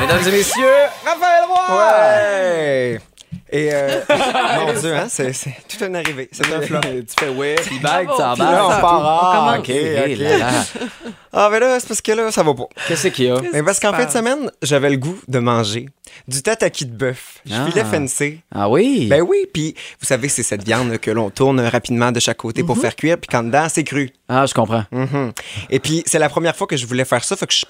Mesdames et messieurs, Raphaël Roy! Ouais! Et euh, mon Dieu, hein, c'est c'est tout un arrivé. C'est un flop. Tu fais ouais, puis bag, ça Puis là, on embarque. part. Ah, commence. ok, Eh là ok. là. Ah, mais là, c'est parce que là, ça va pas. Qu'est-ce qu'il y a? Mais parce qu'en fin de passe? semaine, j'avais le goût de manger du tataki de bœuf. Je Ah. filais fencé. Ah oui? Ben oui, puis vous savez, c'est cette viande que l'on tourne rapidement de chaque côté pour faire cuire, puis quand dedans, c'est cru. Ah, je comprends. Mhm. Et puis, c'est la première fois que je voulais faire ça, fait que je,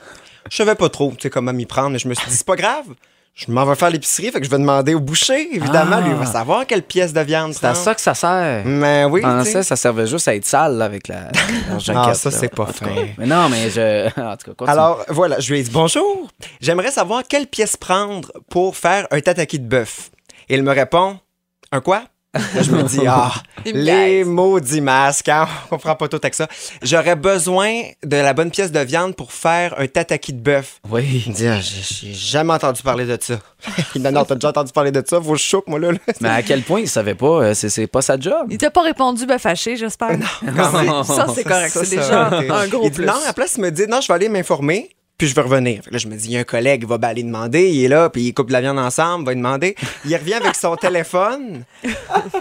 je savais pas trop, tu sais, comment m'y prendre, mais je me suis dit, c'est pas grave, je m'en vais faire l'épicerie, fait que je vais demander au boucher, évidemment, Ah. lui, il va savoir quelle pièce de viande C'est à ça que ça sert. Mais oui, En tu sais. ça, ça servait juste à être sale là, avec la, la jaquette. Ah, ça, là. c'est pas En tout cas. fin. Mais non, mais je. En tout cas, continue. Alors, voilà, je lui ai dit, bonjour, j'aimerais savoir quelle pièce prendre pour faire un tataki de bœuf. Et il me répond, un quoi? Là, je me dis, ah, Il me les niaise. maudits masques, hein, on comprend pas tout avec ça. J'aurais besoin de la bonne pièce de viande pour faire un tataki de bœuf. Il Oui. me dit, Ah, j'ai j'ai jamais entendu parler de ça. Il dit, non, non, t'as déjà entendu parler de ça, faut que je chope, moi, là. là. Mais à quel point il savait pas, euh, c'est, c'est pas sa job. Il t'a pas répondu, ben fâché, j'espère. Non. Ça, c'est correct. Ça, C'est ça, déjà t'es- un gros il dit, plus. Non, à la place, il me dit, non, je vais aller m'informer, puis je vais revenir. Fait que là, je me dis, il y a un collègue, il va ben aller demander, il est là, puis il coupe la viande ensemble, va lui demander. Il revient avec son téléphone,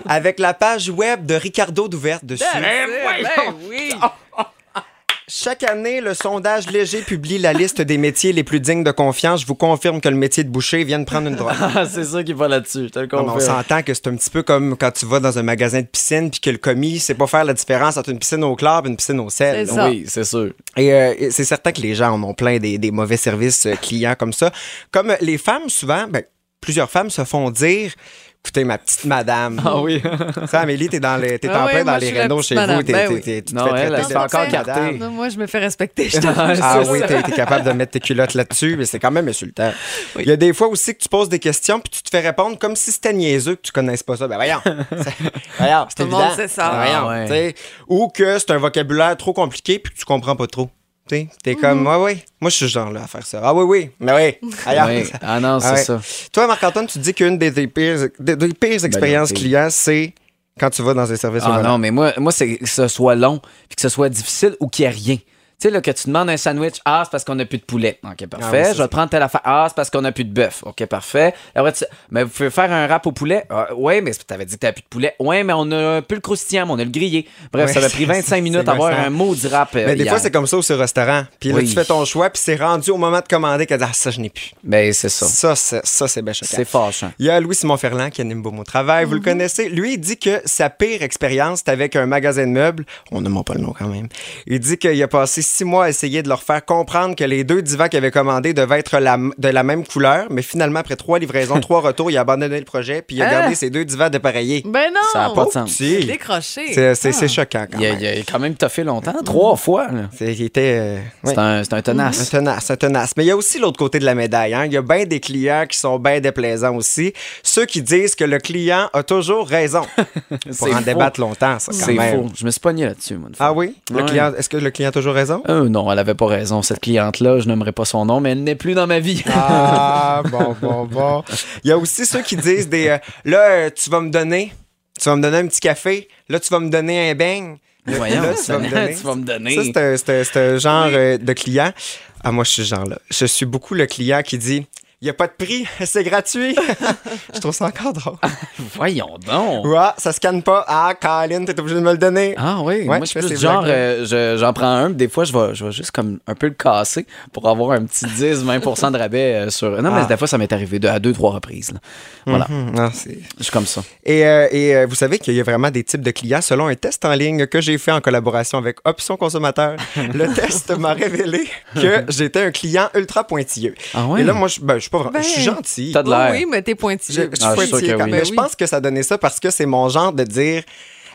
avec la page web de Ricardo d'Ouverte dessus. Eh, Ben oui. Chaque année, le sondage léger publie la liste des métiers les plus dignes de confiance. Je vous confirme que le métier de boucher vient de prendre une droite. Ah, c'est ça qui va là-dessus, je te le Non, Ah, mais on confirme. s'entend que c'est un petit peu comme quand tu vas dans un magasin de piscine puis que le commis sait pas faire la différence entre une piscine au clair et une piscine au sel. C'est ça. Oui, c'est sûr. Et euh, et c'est certain que les gens en ont plein des, des mauvais services euh, clients comme ça. Comme euh, les femmes, souvent, ben, plusieurs femmes se font dire Écoutez, ma petite madame. Ah oui. Tu sais, Amélie, t'es dans les, t'es Ah en oui, plein dans moi, les je suis la rénaux petite chez vous. madame. T'es, Ben t'es- oui. t'es- tu te Non, fais elle, traiter elle de se fait encore petite carter. madame. Non, Moi, je me fais respecter. je te Ah, jure. Ah C'est oui, ça. t'es t'es capable de mettre tes culottes là-dessus, mais c'est quand même insultant. Il y a des fois aussi que tu poses des questions puis tu te fais répondre comme si c'était niaiseux que tu connaisses pas ça. Ben voyons, C'est- voyons, c'est Tout le évident. monde sait ça. Ben voyons, Ah ouais. tu sais. Ou que c'est un vocabulaire trop compliqué puis que tu comprends pas trop. Tu sais, T'es Mm-hmm. comme, ouais, ouais, moi je suis ce genre-là à faire ça. Ah oui, oui, mais oui, ailleurs. Oui. Ah non, c'est Ah ouais. ça. Toi, Marc-Antoine, tu dis qu'une des, des pires, des, des pires expériences des- clients, c'est quand tu vas dans un service au Ah volant. non, mais moi, moi c'est que ce soit long, puis que ce soit difficile ou qu'il n'y ait rien. Tu sais, là, que tu demandes un sandwich, ah, c'est parce qu'on n'a plus de poulet. OK, Ah oui, parfait. c'est je ça. vais te prendre telle affaire. Ah, c'est parce qu'on n'a plus de bœuf. OK, parfait. Après, tu- Mais vous pouvez faire un rap au poulet. Ah, ouais, mais t'avais dit que t'avais plus de poulet. Ouais, mais on a un peu le croustillant, mais on a le grillé. Bref, Ouais, ça m'a pris c'est- 25 minutes c'est à avoir gossant. un maudit rap. euh, Mais des fois, hier. c'est comme ça au restaurant. Puis là, Oui. tu fais ton choix, puis c'est rendu au moment de commander que ah, ça, je n'ai plus. Ben, c'est ça. Ça, c'est- ça, c'est bien choquant. C'est fâchant. Il y a Louis-Simon Ferland qui anime Beau Mot Travail, vous le connaissez. Lui, il dit que sa pire expérience, c'était avec un magasin de meubles. On ne pas le nom quand même. Il dit qu'il a passé six mois à essayer de leur faire comprendre que les deux divans qu'il avait commandés devaient être la- de la même couleur, mais finalement, après trois livraisons, trois retours, il a abandonné le projet, puis il a Hein? gardé ses deux divans dépareillés. Ben non. Ça a pas de sens. Si. Décroché. Ah. C'est c'est- c'est choquant quand Il a, même. il a quand même toffé longtemps, trois fois. là. C'est- Il était. euh, ouais. C'est un, c'est un tenace. Un tenace, un tenace. Mais il y a aussi l'autre côté de la médaille. hein. Il y a bien des clients qui sont bien déplaisants aussi. Ceux qui disent que le client a toujours raison. Pour C'est en faux. débattre longtemps, ça, quand C'est même. faux. Je me suis pogné là-dessus, moi, une fois. Ah oui? Le Ouais. client, est-ce que le client a toujours raison? Euh, non, elle avait pas raison. Cette cliente-là, je n'aimerais pas son nom, mais elle n'est plus dans ma vie. Ah, bon, bon, bon. Il y a aussi ceux qui disent des. euh, là, euh, tu vas me donner. Tu vas me donner un petit café. Là, tu vas me donner un beigne. Là, Voyons, là, ça- tu vas me donner. Ça, c'est un- c'est un, c'est un genre euh, de client. Ah, moi, je suis ce genre-là. Je suis beaucoup le client qui dit. Il n'y a pas de prix, c'est gratuit. je trouve ça encore drôle. Ah. Voyons donc. Ouais, ça scanne pas. Ah, Colin, t'es obligé de me le donner. Ah oui, moi je suis fais plus ces du genre, blagues-là. euh, je- j'en prends un, puis des fois je vais, je vais juste comme un peu le casser pour avoir un petit 10-20% de rabais euh, sur... Non, Ah. mais des fois ça m'est arrivé deux- à deux, trois reprises. là. Voilà, Hum, non, c'est- je suis comme ça. Et, euh, et, euh, vous savez qu'il y a vraiment des types de clients selon un test en ligne que j'ai fait en collaboration avec Option Consommateur. Le test m'a révélé que j'étais un client ultra pointilleux. Ah ouais? Et là, moi, je ben, je suis pas vraiment- je suis Ben, gentil. T'as de l'air. Oui, oui, mais t'es Je, pointilleux. Ah, je suis je suis pointilleux sûr que quand oui. même. Ben Je oui. pense que ça donnait ça parce que c'est mon genre de dire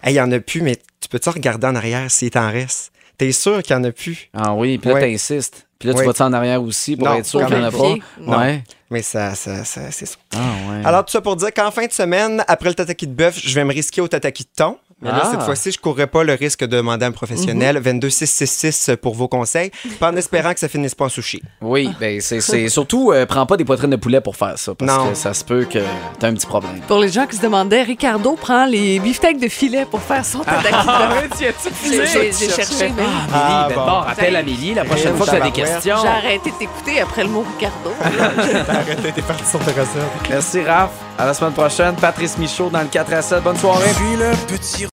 Hey, il y en a plus, mais tu peux-tu regarder en arrière s'il t'en reste T'es sûr qu'il y en a plus Ah oui, puis là Ouais. t'insistes. Puis là tu Ouais. vas-tu en arrière aussi pour Non, être sûr quand qu'il n'y en a même. pas? Non. Ouais. Mais ça, ça, ça c'est ça. Ah ouais. Alors, tout ça pour dire qu'en fin de semaine, après le tataki de bœuf, je vais me risquer au tataki de thon. Mais là, Ah. Mhm. cette fois-ci, je courrais pas le risque de demander à un professionnel 22666 pour vos conseils, pas en espérant que ça finisse pas en sushi. Oui, ben c'est- c'est surtout, euh, prends pas des poitrines de poulet pour faire ça, parce Non. que ça se peut que t'as un petit problème. Pour les gens qui se demandaient, Ricardo prend les beefsteaks de filet pour faire son tataki. J'ai- J'ai j'ai cherché, mais Ah, Amélie, ben bon. bon, rappelle Amélie la prochaine Eh, fois que t'as des tabarouette. questions. j'ai arrêté de t'écouter après le mot Ricardo. Arrêtez, t'es parti sur tes recettes. Merci Raph. À la semaine prochaine. Patrice Michaud dans le 4 à 7. Bonne soirée. Je suis le petit